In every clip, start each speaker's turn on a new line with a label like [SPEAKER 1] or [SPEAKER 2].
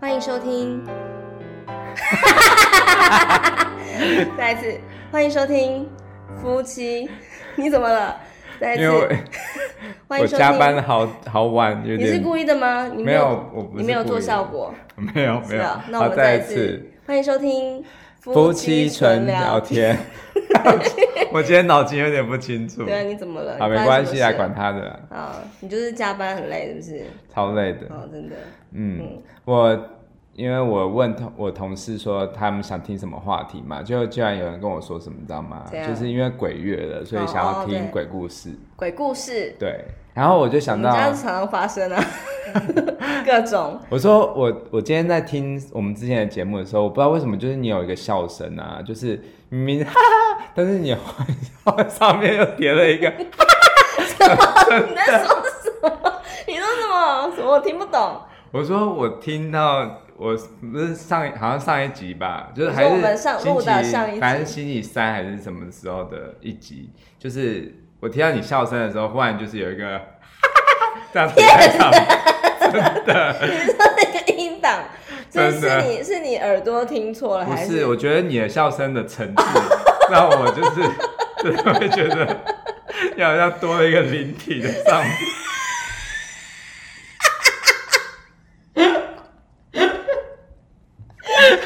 [SPEAKER 1] 欢迎收 听，再一次欢迎收听夫妻，你怎么了？再一
[SPEAKER 2] 因
[SPEAKER 1] 次
[SPEAKER 2] 为
[SPEAKER 1] 欢
[SPEAKER 2] 我
[SPEAKER 1] 迎收听，
[SPEAKER 2] 加班好好晚，有
[SPEAKER 1] 你是
[SPEAKER 2] 点
[SPEAKER 1] 故意的吗？你
[SPEAKER 2] 没
[SPEAKER 1] 有，
[SPEAKER 2] 有，我不
[SPEAKER 1] 你
[SPEAKER 2] 是
[SPEAKER 1] 没有
[SPEAKER 2] 故
[SPEAKER 1] 做
[SPEAKER 2] 意的
[SPEAKER 1] 效，果，
[SPEAKER 2] 没有没
[SPEAKER 1] 是
[SPEAKER 2] 有。
[SPEAKER 1] 啊。那我
[SPEAKER 2] 好，
[SPEAKER 1] 们再
[SPEAKER 2] 再
[SPEAKER 1] 一次，欢迎收听
[SPEAKER 2] 夫妻纯聊
[SPEAKER 1] 聊。
[SPEAKER 2] 天。 我今天脑筋有点不清楚，
[SPEAKER 1] 对啊，你怎么了？
[SPEAKER 2] 好，
[SPEAKER 1] 你
[SPEAKER 2] 没
[SPEAKER 1] 发生
[SPEAKER 2] 关
[SPEAKER 1] 什么
[SPEAKER 2] 系
[SPEAKER 1] 事
[SPEAKER 2] 啊，
[SPEAKER 1] 了
[SPEAKER 2] 管他的啦，
[SPEAKER 1] 啊，你就是加班很累，是不是？
[SPEAKER 2] 超累的。
[SPEAKER 1] 哦，真的，
[SPEAKER 2] 嗯，
[SPEAKER 1] 嗯，
[SPEAKER 2] 我因为我问同我同事说他们想听什么话题嘛，就居然有人跟我说什么，你知道吗？
[SPEAKER 1] 怎样
[SPEAKER 2] 就是因为鬼月了，所以
[SPEAKER 1] 哦
[SPEAKER 2] 想要
[SPEAKER 1] 哦
[SPEAKER 2] 听
[SPEAKER 1] 对
[SPEAKER 2] 鬼故事。
[SPEAKER 1] 鬼故事，
[SPEAKER 2] 对，然后我就想到
[SPEAKER 1] 我们家常常发生 啊，各种。
[SPEAKER 2] 我说我我今天在听我们之前的节目的时候，我不知道为什么，就是你有一个笑声啊，就是明明哈哈，但是你 上面又叠 了一个，
[SPEAKER 1] 你在说什么？你说什么？什么？我听不懂。
[SPEAKER 2] 我说我听到我不是上一好像上一集吧，就是
[SPEAKER 1] 你说
[SPEAKER 2] 还是
[SPEAKER 1] 我们上
[SPEAKER 2] 星
[SPEAKER 1] 录
[SPEAKER 2] 期
[SPEAKER 1] 的上一集
[SPEAKER 2] 反正星期三还是什么时候的一集，就是我听到你笑声的时候，忽然就是有一个 这样子在上面
[SPEAKER 1] 你说那个音档，这
[SPEAKER 2] 真的
[SPEAKER 1] 是你是你耳朵听错了
[SPEAKER 2] 不
[SPEAKER 1] 还
[SPEAKER 2] 是，我觉得你的笑声的层次 让我就是 真的会觉得，你好像多了一个灵体的 上面。
[SPEAKER 1] 灵？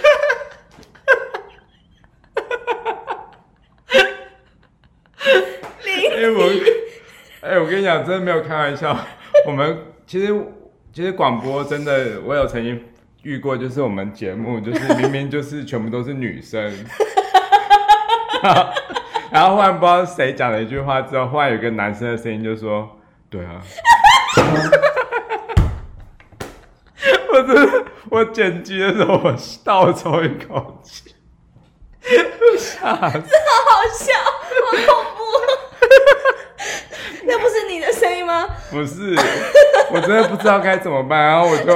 [SPEAKER 2] 哎、我，哎、我跟你讲，真的没有开玩笑。我们其实其实广播真的，我有曾经遇过，就是我们节目就是 明明就是全部都是女生，然后然后忽然不知道谁讲了一句话之后，忽然有一个男生的声音就说：“对啊。” 我真的，我剪辑的时候我倒抽一口气，吓死！
[SPEAKER 1] 好笑，好恐怖。那不是你的声音吗？
[SPEAKER 2] 不是， 我真的不知道该怎么办，然后我就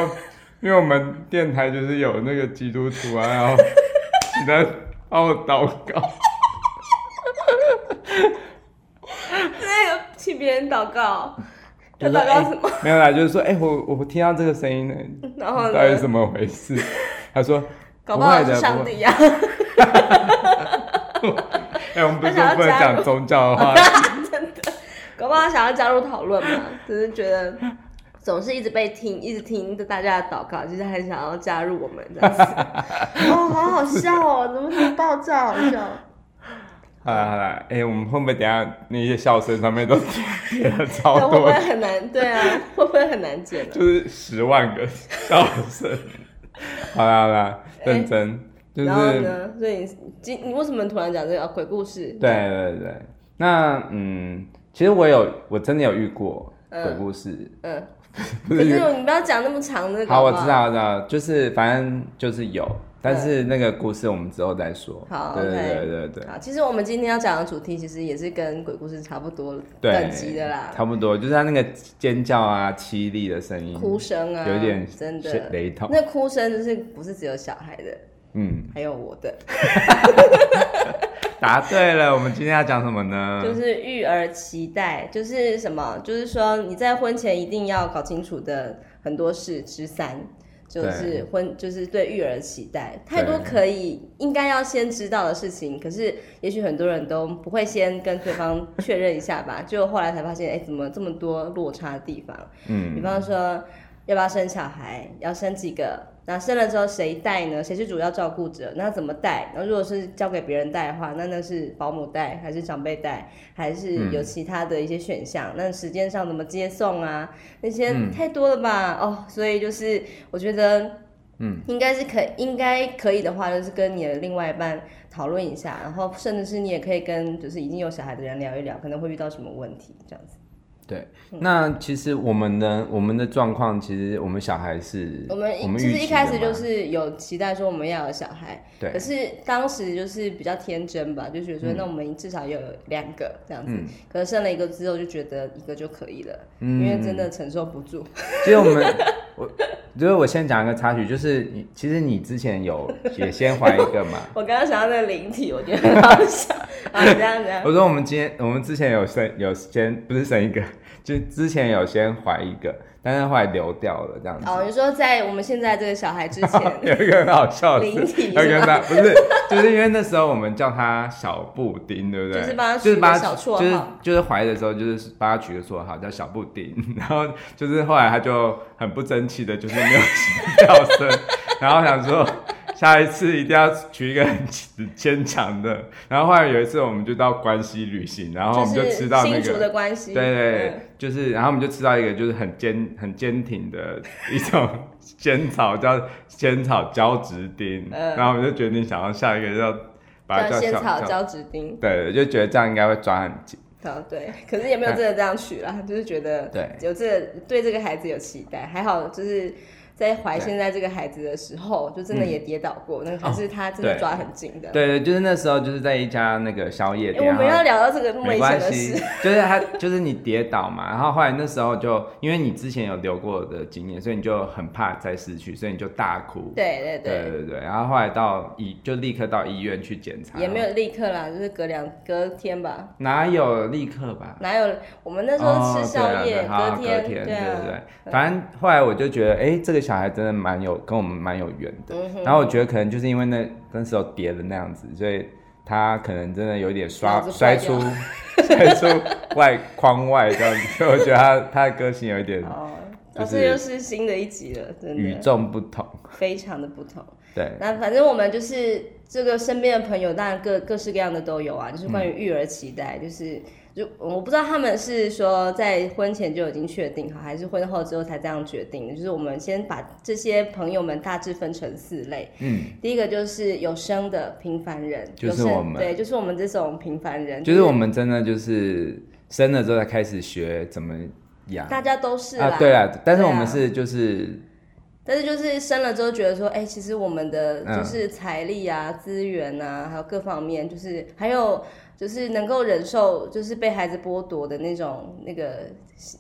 [SPEAKER 2] 因为我们电台就是有那个基督徒啊，然后请他帮我祷 告，
[SPEAKER 1] 那个替别人祷告，要祷告什么？
[SPEAKER 2] 没有啦，就是说，哎、我我听到这个声音呢，
[SPEAKER 1] 然后
[SPEAKER 2] 到
[SPEAKER 1] 呢
[SPEAKER 2] 底是怎么 回事？他说，
[SPEAKER 1] 搞不好
[SPEAKER 2] 会
[SPEAKER 1] 是
[SPEAKER 2] 的，
[SPEAKER 1] 上
[SPEAKER 2] 不会。
[SPEAKER 1] 帝呀、
[SPEAKER 2] 哎、我们不是
[SPEAKER 1] 他想要
[SPEAKER 2] 不能
[SPEAKER 1] 加入
[SPEAKER 2] 讲宗教的话，
[SPEAKER 1] 真的，搞不好想要加入讨论嘛，只是觉得总是一直被听，一直听着大家的祷告，就是很想要加入我们这样 子。哦，好好笑哦，怎么这么爆炸好笑？
[SPEAKER 2] 好啦好啦，哎、我们会不会等一下那些笑声 上面都贴了超
[SPEAKER 1] 对，会不
[SPEAKER 2] 多
[SPEAKER 1] 会很难？对啊， 会不会很难剪呢？
[SPEAKER 2] 就是十万个笑声。 好啦好啦，认真，就是
[SPEAKER 1] 哎然后呢？所以你今你为什么突然讲这个啊鬼故事？
[SPEAKER 2] 对对对，那嗯，其实我有我真的有遇过
[SPEAKER 1] 嗯
[SPEAKER 2] 鬼故事，
[SPEAKER 1] 嗯，
[SPEAKER 2] 不
[SPEAKER 1] 可
[SPEAKER 2] 是遇
[SPEAKER 1] 是你不要讲那么长的。
[SPEAKER 2] 好，
[SPEAKER 1] 搞
[SPEAKER 2] 我
[SPEAKER 1] 不
[SPEAKER 2] 知。道我知道，就是反正就是有，但是那个故事我们之后再说。
[SPEAKER 1] 好
[SPEAKER 2] 对对
[SPEAKER 1] OK
[SPEAKER 2] 对对对
[SPEAKER 1] 好，其实我们今天要讲的主题其实也是跟鬼故事差不多
[SPEAKER 2] 对，
[SPEAKER 1] 等级的啦，
[SPEAKER 2] 差不多，就是他那个尖叫啊、凄厉的声音，
[SPEAKER 1] 哭声啊，
[SPEAKER 2] 嗯有一点
[SPEAKER 1] 真
[SPEAKER 2] 是
[SPEAKER 1] 的
[SPEAKER 2] 雷同
[SPEAKER 1] 那哭声就是不是只有小孩的，
[SPEAKER 2] 嗯，
[SPEAKER 1] 还有我的，
[SPEAKER 2] 答对了。我们今天要讲什么呢？
[SPEAKER 1] 就是育儿期待，就是什么？就是说你在婚前一定要搞清楚的很多事之三，就是婚，就是对育儿期待，太多
[SPEAKER 2] 对
[SPEAKER 1] 可以应该要先知道的事情，可是也许很多人都不会先跟对方确认一下吧，就后来才发现，哎、怎么这么多落差的地方？比
[SPEAKER 2] 嗯，
[SPEAKER 1] 方说要不要生小孩，要生几个，那生了之后谁带呢？谁是主要照顾者？那怎么带？那如果是交给别人带的话，那那是保姆带还是长辈带，还是有其他的一些选项？那时间上怎么接送啊？那些太多了吧？哦，所以就是我觉得。
[SPEAKER 2] 嗯，
[SPEAKER 1] 应该是可应该可以的话，就是跟你的另外一半讨论一下，然后甚至是你也可以跟就是已经有小孩的人聊一聊，可能会遇到什么问题这样子。
[SPEAKER 2] 对。那其实我们的我们的状况，其实我们小孩是，
[SPEAKER 1] 我们一
[SPEAKER 2] 我们
[SPEAKER 1] 其
[SPEAKER 2] 预
[SPEAKER 1] 实一
[SPEAKER 2] 期
[SPEAKER 1] 开
[SPEAKER 2] 的
[SPEAKER 1] 始
[SPEAKER 2] 嘛
[SPEAKER 1] 就是有期待说我们要有小孩，
[SPEAKER 2] 对嗯
[SPEAKER 1] 可是当时就是比较天真吧，就觉得说那我们至少有两个这样子，可是生了一个之后就觉得一个就可以了，
[SPEAKER 2] 嗯
[SPEAKER 1] 因为真的承受不住。
[SPEAKER 2] 其实我们，我就是我先讲一个插曲，就是你其实你之前有也先怀一个嘛。
[SPEAKER 1] 我刚刚想到那个灵体，我觉得 很好笑，啊，这样这样，
[SPEAKER 2] 我说我们今天我们之前有生有先不是生一个，就之前有先怀一个，但是后来流掉了这样子。，
[SPEAKER 1] 哦，你说在我们现在这个小孩之前
[SPEAKER 2] 有一个很好笑的
[SPEAKER 1] 灵体
[SPEAKER 2] 事，要跟他不是，就是因为那时候我们叫他小布丁，对不对？
[SPEAKER 1] 就是帮他取
[SPEAKER 2] 就是帮
[SPEAKER 1] 个小绰号
[SPEAKER 2] 就是就是怀的时候，就是帮他取个绰号叫小布丁，然后 就是后来他就很不争气的，就是没有跳绳， 然后想说。下一次一定要取一个很坚强的。然后后来有一次，我们就到关西旅行， 然后我们
[SPEAKER 1] 就
[SPEAKER 2] 就是吃到那
[SPEAKER 1] 新
[SPEAKER 2] 个
[SPEAKER 1] 竹的关系，
[SPEAKER 2] 对对，
[SPEAKER 1] 嗯
[SPEAKER 2] 就是，然后我们就吃到一个就是很坚很坚挺的一种 仙草，叫仙草胶质丁。
[SPEAKER 1] 嗯
[SPEAKER 2] 然后我们就决定想要下一个要把它
[SPEAKER 1] 叫仙
[SPEAKER 2] 小
[SPEAKER 1] 草
[SPEAKER 2] 小
[SPEAKER 1] 胶质丁，
[SPEAKER 2] 对，就觉得这样应该会抓很紧。
[SPEAKER 1] 哦对，可是也没有真的这样取啦，就是觉得
[SPEAKER 2] 对
[SPEAKER 1] 有这个对这个孩子有期待，还好就是在怀现在这个孩子的时候，就真的也跌倒过，那可是他真的
[SPEAKER 2] 对
[SPEAKER 1] 抓很紧的。
[SPEAKER 2] 嗯对对，就是那时候就是在一家那个宵夜
[SPEAKER 1] 嗯哎，
[SPEAKER 2] 店，
[SPEAKER 1] 我们
[SPEAKER 2] 然
[SPEAKER 1] 要
[SPEAKER 2] 后
[SPEAKER 1] 聊到这个那么
[SPEAKER 2] 没
[SPEAKER 1] 危险
[SPEAKER 2] 关
[SPEAKER 1] 的
[SPEAKER 2] 系
[SPEAKER 1] 事，，
[SPEAKER 2] 就是他就是你跌倒嘛，然后后来那时候就因为你之前有流过的经验，所以你就很怕再失去，所以你就大哭。
[SPEAKER 1] 对对
[SPEAKER 2] 对
[SPEAKER 1] 对，
[SPEAKER 2] 对对，然后后来到医就立刻到医院去检查，
[SPEAKER 1] 也没有立刻啦，就是隔两隔天吧，
[SPEAKER 2] 哪有立刻吧？
[SPEAKER 1] 哪有我们那时候吃
[SPEAKER 2] 哦
[SPEAKER 1] 宵
[SPEAKER 2] 对啊
[SPEAKER 1] 夜，
[SPEAKER 2] 对好
[SPEAKER 1] 天
[SPEAKER 2] 隔
[SPEAKER 1] 对
[SPEAKER 2] 天，对
[SPEAKER 1] 啊，
[SPEAKER 2] 对对。反正后来我就觉得，哎、这个小孩真的蛮有跟我们蛮有缘的。
[SPEAKER 1] 嗯哼
[SPEAKER 2] 然后我觉得可能就是因为那那时候叠的那样子，所以他可能真的有点
[SPEAKER 1] 脑
[SPEAKER 2] 刷
[SPEAKER 1] 子坏
[SPEAKER 2] 摔
[SPEAKER 1] 掉
[SPEAKER 2] 出摔出 外框外这样子，所以我觉得他他的个性有一点
[SPEAKER 1] 哦，
[SPEAKER 2] 就
[SPEAKER 1] 那
[SPEAKER 2] 是
[SPEAKER 1] 这又是新的一集了，真
[SPEAKER 2] 与
[SPEAKER 1] 的
[SPEAKER 2] 众不同。
[SPEAKER 1] 非常的不同。
[SPEAKER 2] 对，
[SPEAKER 1] 那反正我们就是这个身边的朋友，当然各各式各样的都有啊，就是关于育儿期待，就是就我不知道他们是说在婚前就已经确定好，还是婚后之后才这样决定的。就是我们先把这些朋友们大致分成四类，
[SPEAKER 2] 嗯，
[SPEAKER 1] 第一个就是有生的平凡人，
[SPEAKER 2] 就是
[SPEAKER 1] 有生
[SPEAKER 2] 我们
[SPEAKER 1] 对，就是我们这种平凡人，
[SPEAKER 2] 就是我们真的就是生了之后才开始学怎么养
[SPEAKER 1] 大家都是啦，
[SPEAKER 2] 啊，对啊，但是我们
[SPEAKER 1] 对啊
[SPEAKER 2] 是就是
[SPEAKER 1] 但是就是生了之后觉得说，哎、其实我们的
[SPEAKER 2] 嗯
[SPEAKER 1] 就是财力啊、资源啊，还有各方面，就是还有就是能够忍受就是被孩子剥夺的那种那个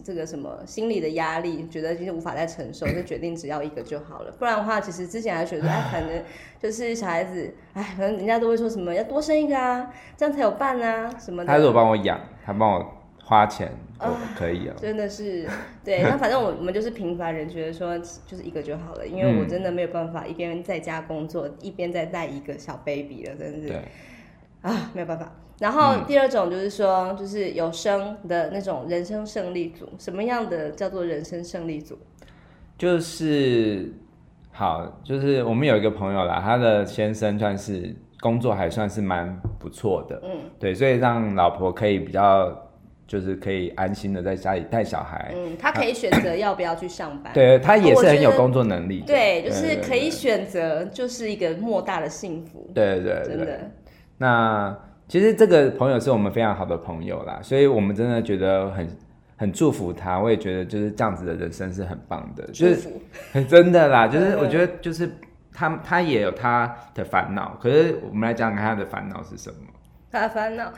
[SPEAKER 1] 这个什么心理的压力，觉得就是无法再承受，就决定只要一个就好了。不然的话，其实之前还觉得，哎，反正就是小孩子，哎，反正人家都会说什么要多生一个啊，这样才有伴啊什么的。
[SPEAKER 2] 他如果帮我养，他帮我花钱，我可以哦、
[SPEAKER 1] 真的 是，对，那反正我我们就是平凡人，觉得说就是一个就好了，因为我
[SPEAKER 2] 嗯
[SPEAKER 1] 真的没有办法一边在家工作，一边在带一个小 baby 了，真的是
[SPEAKER 2] 对，嗯
[SPEAKER 1] 啊，没有办法。然后第二种就是说，就是有生的那种人生胜利组，什么样的叫做人生胜利组？
[SPEAKER 2] 就是好，就是我们有一个朋友啦，他的先生算是工作还算是蛮不错的，嗯，对，所以让老婆可以比较就是可以安心的在家里带小孩，
[SPEAKER 1] 嗯，他可以选择要不要去上班，
[SPEAKER 2] 对他也
[SPEAKER 1] 我觉
[SPEAKER 2] 是很有
[SPEAKER 1] 得
[SPEAKER 2] 工作能力的，
[SPEAKER 1] 对，就是可以
[SPEAKER 2] 对
[SPEAKER 1] 选择，就是一个莫大的幸福，
[SPEAKER 2] 对对对对
[SPEAKER 1] 真的。
[SPEAKER 2] 那其实这个朋友是我们非常好的朋友啦，所以我们真的觉得很很祝福他。我也觉得就是这样子的人生是很棒的，
[SPEAKER 1] 祝
[SPEAKER 2] 就是
[SPEAKER 1] 福。
[SPEAKER 2] 真的啦，就
[SPEAKER 1] 对
[SPEAKER 2] 是
[SPEAKER 1] 对
[SPEAKER 2] 我觉得就是他他也有他的烦恼，可是我们来讲讲他的烦恼是什么？
[SPEAKER 1] 他的烦哦恼，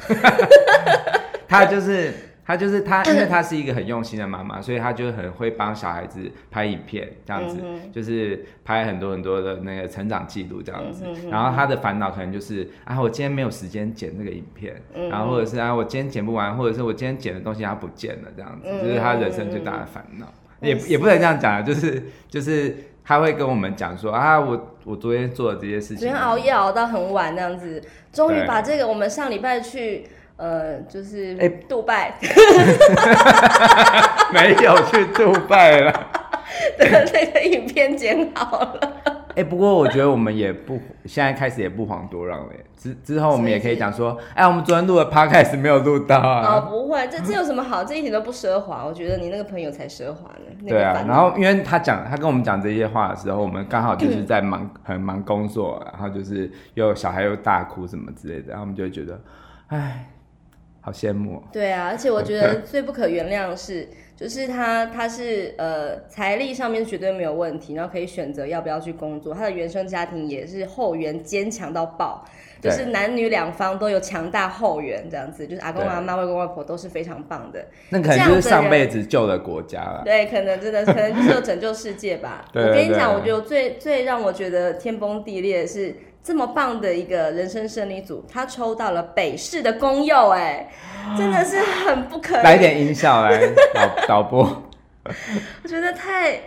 [SPEAKER 2] 他就是他就是他，因为
[SPEAKER 1] 嗯
[SPEAKER 2] 他是一个很用心的妈妈，所以他就很会帮小孩子拍影片，这样子、
[SPEAKER 1] 嗯
[SPEAKER 2] 就是拍很多很多的那个成长记录这样子。
[SPEAKER 1] 嗯
[SPEAKER 2] 然后他的烦恼可能就是啊，我今天没有时间剪这个影片，
[SPEAKER 1] 嗯
[SPEAKER 2] 然后或者是啊，我今天剪不完，或者是我今天剪的东西它不见了，这样子，
[SPEAKER 1] 嗯
[SPEAKER 2] 就是他人生最大的烦恼。也也不能这样讲啊，就是就是他会跟我们讲说啊，我我昨天做的这些事
[SPEAKER 1] 昨
[SPEAKER 2] 情
[SPEAKER 1] 天
[SPEAKER 2] 啊，
[SPEAKER 1] 熬夜熬到很晚那样子，终于
[SPEAKER 2] 对
[SPEAKER 1] 把这个我们上礼拜去呃，就是
[SPEAKER 2] 哎
[SPEAKER 1] 杜拜
[SPEAKER 2] 没有去杜拜了。
[SPEAKER 1] 的那个影片剪好了。
[SPEAKER 2] 哎、不过我觉得我们也不，现在开始也不遑多让了耶。之之后我们也可以讲说，哎、我们昨天录的 podcast 没有录到
[SPEAKER 1] 哦，
[SPEAKER 2] 啊。
[SPEAKER 1] 不会，这这有什么好？这一点都不奢华，我觉得你那个朋友才奢华呢。那个
[SPEAKER 2] 对啊
[SPEAKER 1] 烦，恼
[SPEAKER 2] 然后因为他讲，他跟我们讲这些话的时候，我们刚好就是在忙，很忙工作，然后就是又小孩又大哭什么之类的，然后我们就会觉得，哎，好羡慕哦。
[SPEAKER 1] 对啊，而且我觉得最不可原谅的是，就是他他是呃财力上面绝对没有问题，然后可以选择要不要去工作。他的原生家庭也是后援坚强到爆，就
[SPEAKER 2] 对
[SPEAKER 1] 是男女两方都有强大后援，这样子就是阿公
[SPEAKER 2] 对
[SPEAKER 1] 阿妈、外公外婆都是非常棒的。
[SPEAKER 2] 那可
[SPEAKER 1] 这
[SPEAKER 2] 能
[SPEAKER 1] 样
[SPEAKER 2] 就是
[SPEAKER 1] 子的人
[SPEAKER 2] 上辈子救了国家了。
[SPEAKER 1] 对，可能真的，可能就是有拯救世界吧
[SPEAKER 2] 啊 。对对
[SPEAKER 1] 我跟你
[SPEAKER 2] 对
[SPEAKER 1] 讲，我觉得最最让我觉得天崩地裂的是这么棒的一个人生胜利组，他抽到了北市的公幼、哎，真的是很不可
[SPEAKER 2] 来
[SPEAKER 1] 以，
[SPEAKER 2] 点音效来，导 导播。
[SPEAKER 1] 我觉得太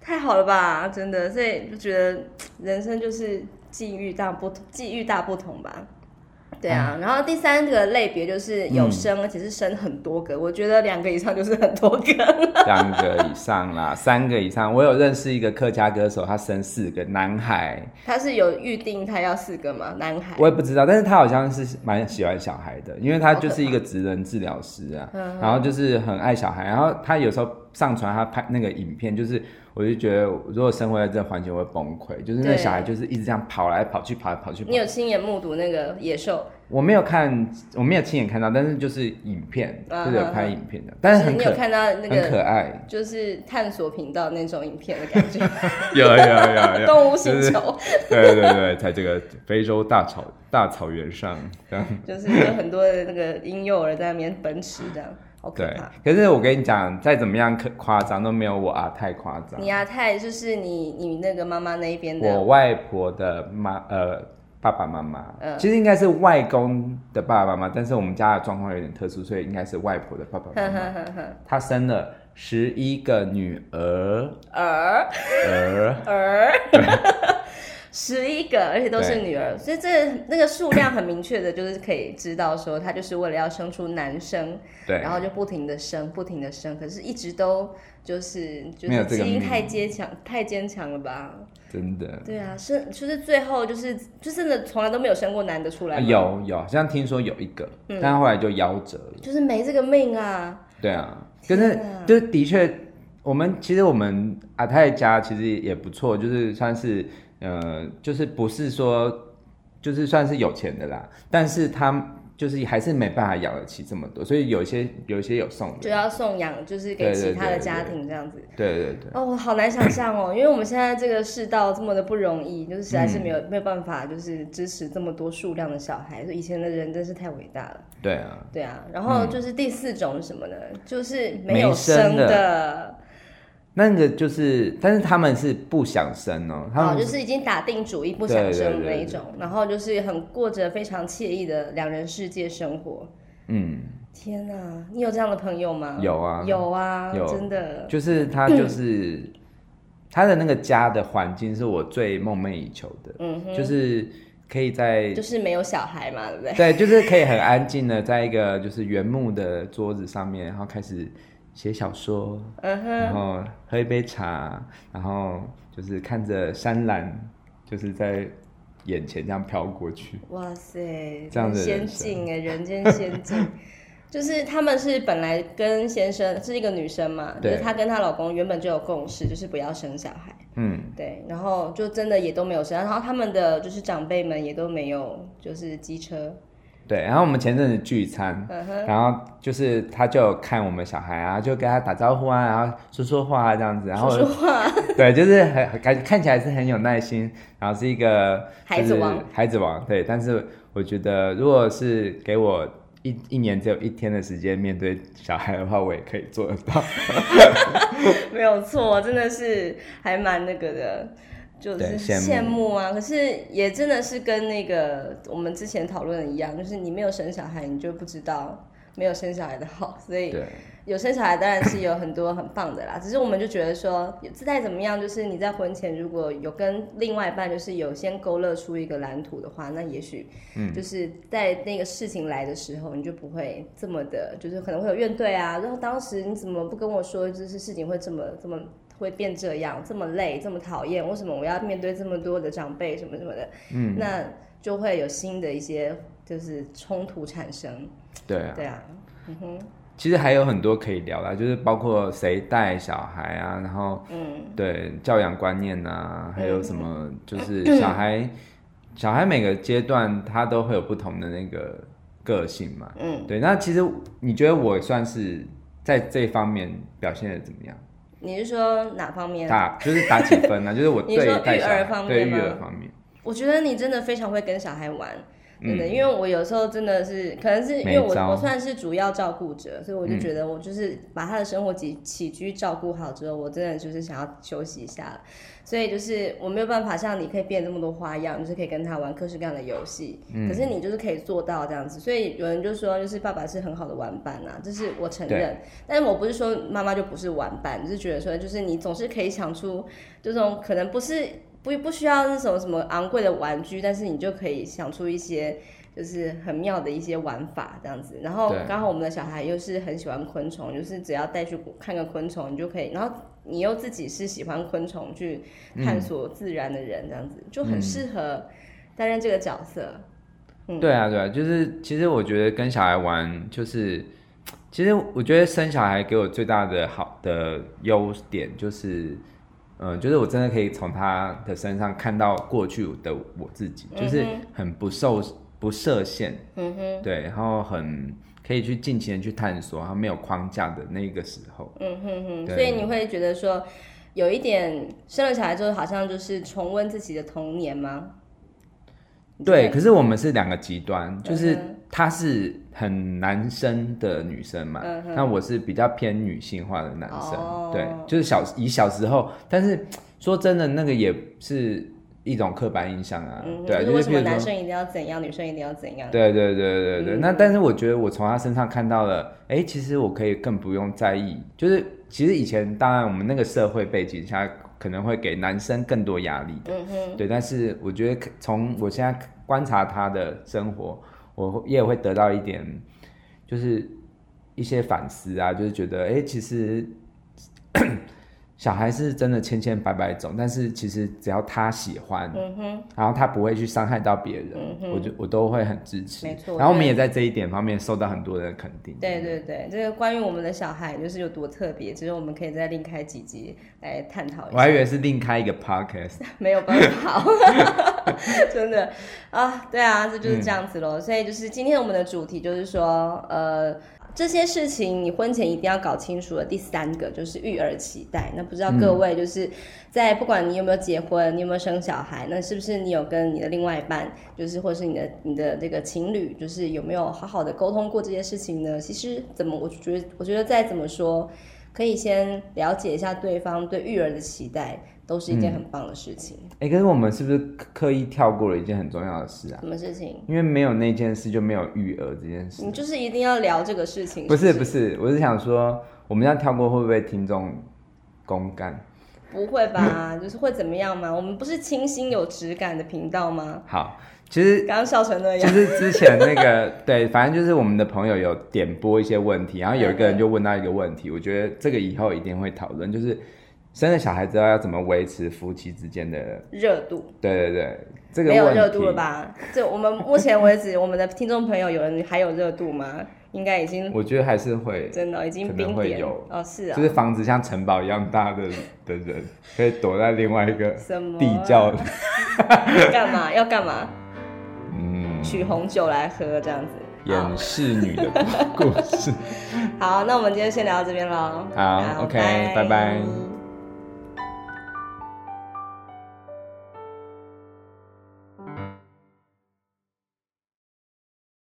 [SPEAKER 1] 太好了吧，真的，所以就觉得人生就是际遇大不同，际遇大不同吧。对
[SPEAKER 2] 嗯
[SPEAKER 1] 啊，然后第三个类别就是有生，而且是生很多个，我觉得两个以上就是很多个。
[SPEAKER 2] 两个以上啦，三个以上。我有认识一个客家歌手，他生四个男孩，
[SPEAKER 1] 他是有预定他要四个吗？男孩？
[SPEAKER 2] 我也不知道，但是他好像是蛮喜欢小孩的，因为他
[SPEAKER 1] 哦
[SPEAKER 2] 就是
[SPEAKER 1] 嗯
[SPEAKER 2] 一个职能治疗师啊，然后就是很爱小孩，然后他有时候上传他拍那个影片，就是我就觉得如果生活在这个环境我会崩溃，就是那
[SPEAKER 1] 对
[SPEAKER 2] 小孩就是一直这样跑来跑去，跑来跑去。跑
[SPEAKER 1] 你
[SPEAKER 2] 来
[SPEAKER 1] 有亲眼目睹那个野兽？
[SPEAKER 2] 我没有看，我没有亲眼看到，但是就是影片，
[SPEAKER 1] 嗯
[SPEAKER 2] 就是有拍影片的，但是哎很
[SPEAKER 1] 你
[SPEAKER 2] 可
[SPEAKER 1] 有看到那
[SPEAKER 2] 很可
[SPEAKER 1] 个
[SPEAKER 2] 爱，
[SPEAKER 1] 就是探索频道那种影片的感觉，
[SPEAKER 2] 有有 有
[SPEAKER 1] 动物星球。
[SPEAKER 2] 对对对，在这个非洲大草大草原上，这样
[SPEAKER 1] 就是有很多的那个婴幼儿在那边奔驰这样，好可
[SPEAKER 2] 对
[SPEAKER 1] 怕。。
[SPEAKER 2] 可是啊我跟你讲，再怎么样可夸张都没有我阿太夸张。
[SPEAKER 1] 你阿太就是你你那个妈妈那一边
[SPEAKER 2] 我
[SPEAKER 1] 的，
[SPEAKER 2] 外婆的妈呃爸爸妈妈，
[SPEAKER 1] 嗯
[SPEAKER 2] 其实应该是外公的爸爸妈妈，但是我们家的状况有点特殊，所以应该是外婆的爸爸妈
[SPEAKER 1] 哼
[SPEAKER 2] 妈。
[SPEAKER 1] 哼哼哼，
[SPEAKER 2] 她生了十一个女儿
[SPEAKER 1] 儿
[SPEAKER 2] 儿，
[SPEAKER 1] 儿，十一个，而且都是女儿，所以这那个数量很明确的，就是可以知道说她就是为了要生出男生，
[SPEAKER 2] 对
[SPEAKER 1] 然后就不停的生，不停的生，可是一直都就是就
[SPEAKER 2] 没有
[SPEAKER 1] 是
[SPEAKER 2] 这个
[SPEAKER 1] 基因
[SPEAKER 2] 命
[SPEAKER 1] 太坚强，太坚强了吧？
[SPEAKER 2] 真的。
[SPEAKER 1] 对啊，是就是最后就是就真的从来都没有生过男的出来吗，嗯
[SPEAKER 2] 啊有有，好像听说有一个，但后来就夭折了。
[SPEAKER 1] 就是没这个命啊。
[SPEAKER 2] 对啊，可是
[SPEAKER 1] 天啊
[SPEAKER 2] 就是的确，我们其实我们阿泰家其实也不错，就是算是呃，就是不是说就是算是有钱的啦，但是他就是还是没办法养得起这么多，所以有一些有一些有送
[SPEAKER 1] 就
[SPEAKER 2] 的，
[SPEAKER 1] 要送养，就是给其他的家庭这样子。
[SPEAKER 2] 对对对，
[SPEAKER 1] 哦，我好难想象哦，因为我们现在这个世道这么的不容易，就是实在是没
[SPEAKER 2] 嗯
[SPEAKER 1] 有、没有办法，就是支持这么多数量的小孩，所以以前的人真是太伟大了。
[SPEAKER 2] 对啊，
[SPEAKER 1] 对啊，然后就是第四种是什么呢？就是
[SPEAKER 2] 没
[SPEAKER 1] 没有
[SPEAKER 2] 生的
[SPEAKER 1] 的，
[SPEAKER 2] 那个就是，但是他们是不想生哦，他
[SPEAKER 1] 哦，
[SPEAKER 2] 们
[SPEAKER 1] 就是已经打定主意不
[SPEAKER 2] 对
[SPEAKER 1] 想
[SPEAKER 2] 对
[SPEAKER 1] 生的
[SPEAKER 2] 对
[SPEAKER 1] 那一
[SPEAKER 2] 对
[SPEAKER 1] 种，然后就是很过着非常惬意的两人世界生活。
[SPEAKER 2] 嗯，
[SPEAKER 1] 天哪，你有这样的朋友吗？
[SPEAKER 2] 有啊
[SPEAKER 1] 有啊，
[SPEAKER 2] 有
[SPEAKER 1] 真的。
[SPEAKER 2] 就是他就是、他的那个家的环境是我最梦寐以求的，
[SPEAKER 1] 嗯哼，
[SPEAKER 2] 就是可以在
[SPEAKER 1] 就是没有小孩嘛，对不对？
[SPEAKER 2] 对，就是可以很安静的在一个就是原木的桌子上面，然后开始写小说，
[SPEAKER 1] 嗯哼。
[SPEAKER 2] 然后喝一杯茶，然后就是看着山岚，就是在眼前这样飘过去。
[SPEAKER 1] 哇塞，
[SPEAKER 2] 这样的
[SPEAKER 1] 先
[SPEAKER 2] 人生
[SPEAKER 1] 进哎，人间仙境。 就是他们是本来跟先生是一个女生嘛，就
[SPEAKER 2] 对
[SPEAKER 1] 是她跟她老公原本就有共识，就是不要生小孩，
[SPEAKER 2] 嗯，
[SPEAKER 1] 对，然后就真的也都没有生，然后他们的就是长辈们也都没有就是机车，
[SPEAKER 2] 对。然后我们前阵子聚餐，
[SPEAKER 1] 嗯哼，
[SPEAKER 2] 然后就是他就有看我们小孩啊，就跟他打招呼啊，然后说说话啊这样子，然后
[SPEAKER 1] 说说话，
[SPEAKER 2] 对，就是很很感看起来是很有耐心，然后是一个
[SPEAKER 1] 孩子王，
[SPEAKER 2] 孩子王对。但是我觉得，如果是给我一一年只有一天的时间面对小孩的话，我也可以做得到。
[SPEAKER 1] 没有错，真的是还蛮那个的，就是
[SPEAKER 2] 对羡慕
[SPEAKER 1] 羡慕啊。可是也真的是跟那个我们之前讨论的一样，就是你没有生小孩，你就不知道没有生小孩的好，所以
[SPEAKER 2] 对，
[SPEAKER 1] 有生小孩当然是有很多很棒的啦，只是我们就觉得说，自带怎么样，就是你在婚前如果有跟另外一半就是有先勾勒出一个蓝图的话，那也许，
[SPEAKER 2] 嗯
[SPEAKER 1] 就是在那个事情来的时候，你就不会这么的，就是可能会有怨怼啊，然后当时你怎么不跟我说，就是事情会这么这么。会变这样，这么累，这么讨厌，为什么我要面对这么多的长辈什么什么的？嗯，那就会有新的一些就是冲突产生，
[SPEAKER 2] 对啊。
[SPEAKER 1] 对啊，嗯哼，
[SPEAKER 2] 其实还有很多可以聊啦，就是包括谁带小孩啊，然后
[SPEAKER 1] 嗯。
[SPEAKER 2] 对教养观念啊，还有什么就是小孩，小孩每个阶段他都会有不同的那个个性嘛。
[SPEAKER 1] 嗯，
[SPEAKER 2] 对。那其实你觉得我算是在这方面表现的怎么样？
[SPEAKER 1] 你是说哪方面？
[SPEAKER 2] 打就是打几分呢、就是我
[SPEAKER 1] 你说
[SPEAKER 2] 对带
[SPEAKER 1] 育
[SPEAKER 2] 小
[SPEAKER 1] 儿
[SPEAKER 2] 孩
[SPEAKER 1] 方面
[SPEAKER 2] 对育
[SPEAKER 1] 吗
[SPEAKER 2] 儿方面，嗯
[SPEAKER 1] 我觉得你真的非常会跟小孩玩，真的，因为我有时候真的是，可能是因为我
[SPEAKER 3] 嗯没招嗯
[SPEAKER 1] 我算是主要照顾者，所以我就觉得我就是把他的生活起起居照顾好之后，我真的就是想要休息一下了。所以就是我没有办法像你可以变这么多花样，就是可以跟他玩各式各样的游戏，
[SPEAKER 3] 嗯
[SPEAKER 1] 可是你就是可以做到这样子。所以有人就说，就是爸爸是很好的玩伴啊，这是我承认。但是我不是说妈妈就不是玩伴，只是觉得说，就是你总是可以想出这种可能不是不不需要那种什么昂贵的玩具，但是你就可以想出一些就是很妙的一些玩法这样子。然后
[SPEAKER 3] 对
[SPEAKER 1] 刚好我们的小孩又是很喜欢昆虫，就是只要带去看个昆虫，你就可以。然后你又自己是喜欢昆虫去探索自然的人，这样子、就很适合担任这个角色。嗯
[SPEAKER 2] 对啊，对啊，就是其实我觉得跟小孩玩，就是其实我觉得生小孩给我最大的好的优点就是，嗯、就是我真的可以从他的身上看到过去的我自己，就是
[SPEAKER 1] 嗯
[SPEAKER 2] 很不受不设限，
[SPEAKER 1] 嗯哼，
[SPEAKER 2] 对，然后很可以去尽情的去探索，然后没有框架的那个时候，
[SPEAKER 1] 嗯哼哼，
[SPEAKER 2] 对
[SPEAKER 1] 所以你会觉得说。有一点生了小孩之后，好像就是重温自己的童年吗？你觉
[SPEAKER 2] 对，
[SPEAKER 1] 得
[SPEAKER 2] 可是我们是两个极端，就是
[SPEAKER 1] 嗯哼
[SPEAKER 2] 她是很男生的女生嘛，
[SPEAKER 1] 嗯哼
[SPEAKER 2] 那我是比较偏女性化的男生，
[SPEAKER 1] 哦
[SPEAKER 2] 对，就是小以小时候，但是说真的，那个也是一种刻板印象啊，
[SPEAKER 1] 嗯，
[SPEAKER 2] 对啊，
[SPEAKER 1] 就是为
[SPEAKER 2] 是
[SPEAKER 1] 什
[SPEAKER 2] 比
[SPEAKER 1] 么
[SPEAKER 2] 如
[SPEAKER 1] 男
[SPEAKER 2] 说，
[SPEAKER 1] 生一定要怎样，女生一定要怎样？
[SPEAKER 2] 对对对对对，
[SPEAKER 1] 嗯
[SPEAKER 2] 那但是我觉得我从她身上看到了，哎，其实我可以更不用在意，就是其实以前当然我们那个社会背景下可能会给男生更多压力，
[SPEAKER 1] 嗯哼，
[SPEAKER 2] 对，但是我觉得可从我现在观察他的生活，我会也会得到一点，就是一些反思啊，就是觉得，哎、其实 小孩是真的千千百百种，但是其实只要他喜欢，
[SPEAKER 1] 嗯哼，
[SPEAKER 2] 然后他不会去伤害到别人，
[SPEAKER 1] 嗯哼
[SPEAKER 2] 我就我都会很支持
[SPEAKER 1] 没。错
[SPEAKER 2] 然后我们
[SPEAKER 1] 对
[SPEAKER 2] 也在这一点方面受到很多人的肯定。
[SPEAKER 1] 对对对，这个关于我们的小孩就是有多特别，只是我们可以再另开几集来探讨一
[SPEAKER 2] 我还以
[SPEAKER 1] 下，
[SPEAKER 2] 为是另开一个 podcast，
[SPEAKER 1] 没有办法，真的啊，对啊，这就是这样子咯。所以就是今天我们的主题就是说，呃。这些事情你婚前一定要搞清楚了。第三个就是育儿期待。那不知道各位就是在不管你有没有结婚，你有没有生小孩，那是不是你有跟你的另外一半，就是或是你的你的这个情侣，就是有没有好好的沟通过这些事情呢？其实怎么，我觉得我觉得再怎么说，可以先了解一下对方对育儿的期待，都是一
[SPEAKER 2] 嗯
[SPEAKER 1] 件很棒的事情。
[SPEAKER 2] 哎、可是我们是不是刻意跳过了一件很重要的事啊？
[SPEAKER 1] 什么事情？
[SPEAKER 2] 因为没有那件事就没有育儿这件事。
[SPEAKER 1] 你就是一定要聊这个事情？
[SPEAKER 2] 啊不是不
[SPEAKER 1] 是
[SPEAKER 2] 是，我是想说，我们这样跳过会不会听众公干？
[SPEAKER 1] 不会 吧？就是会怎么样吗？我们不是清新有质感的频道吗？
[SPEAKER 2] 好，其实
[SPEAKER 1] 刚刚笑成那
[SPEAKER 2] 就
[SPEAKER 1] 样，
[SPEAKER 2] 是之前那个 对，反正就是我们的朋友有点播一些问题，然后有一个人就问到一个问题，我觉得这个以后一定会讨论，就是生了小孩之后要怎么维持夫妻之间的，
[SPEAKER 1] 热度
[SPEAKER 2] 对对对，这个
[SPEAKER 1] 没有
[SPEAKER 2] 问
[SPEAKER 1] 热度
[SPEAKER 2] 题
[SPEAKER 1] 了？吧？这我们目前为止， 我们的听众朋友有人还有热度吗？应该已经
[SPEAKER 2] 我觉得还是会，
[SPEAKER 1] 真的已经
[SPEAKER 2] 可能
[SPEAKER 1] 冰
[SPEAKER 2] 会
[SPEAKER 1] 点
[SPEAKER 2] 有
[SPEAKER 1] 哦，是啊
[SPEAKER 2] 就，是房子像城堡一样大的的人，可以躲在另外一个
[SPEAKER 1] 什么啊
[SPEAKER 2] 地窖，
[SPEAKER 1] 干嘛 要干嘛？
[SPEAKER 2] 嗯，
[SPEAKER 1] 取红酒来喝这样子。好
[SPEAKER 2] 掩饰女的故事。
[SPEAKER 1] 好，那我们今天先聊到这边喽。
[SPEAKER 2] 好，OK，拜拜。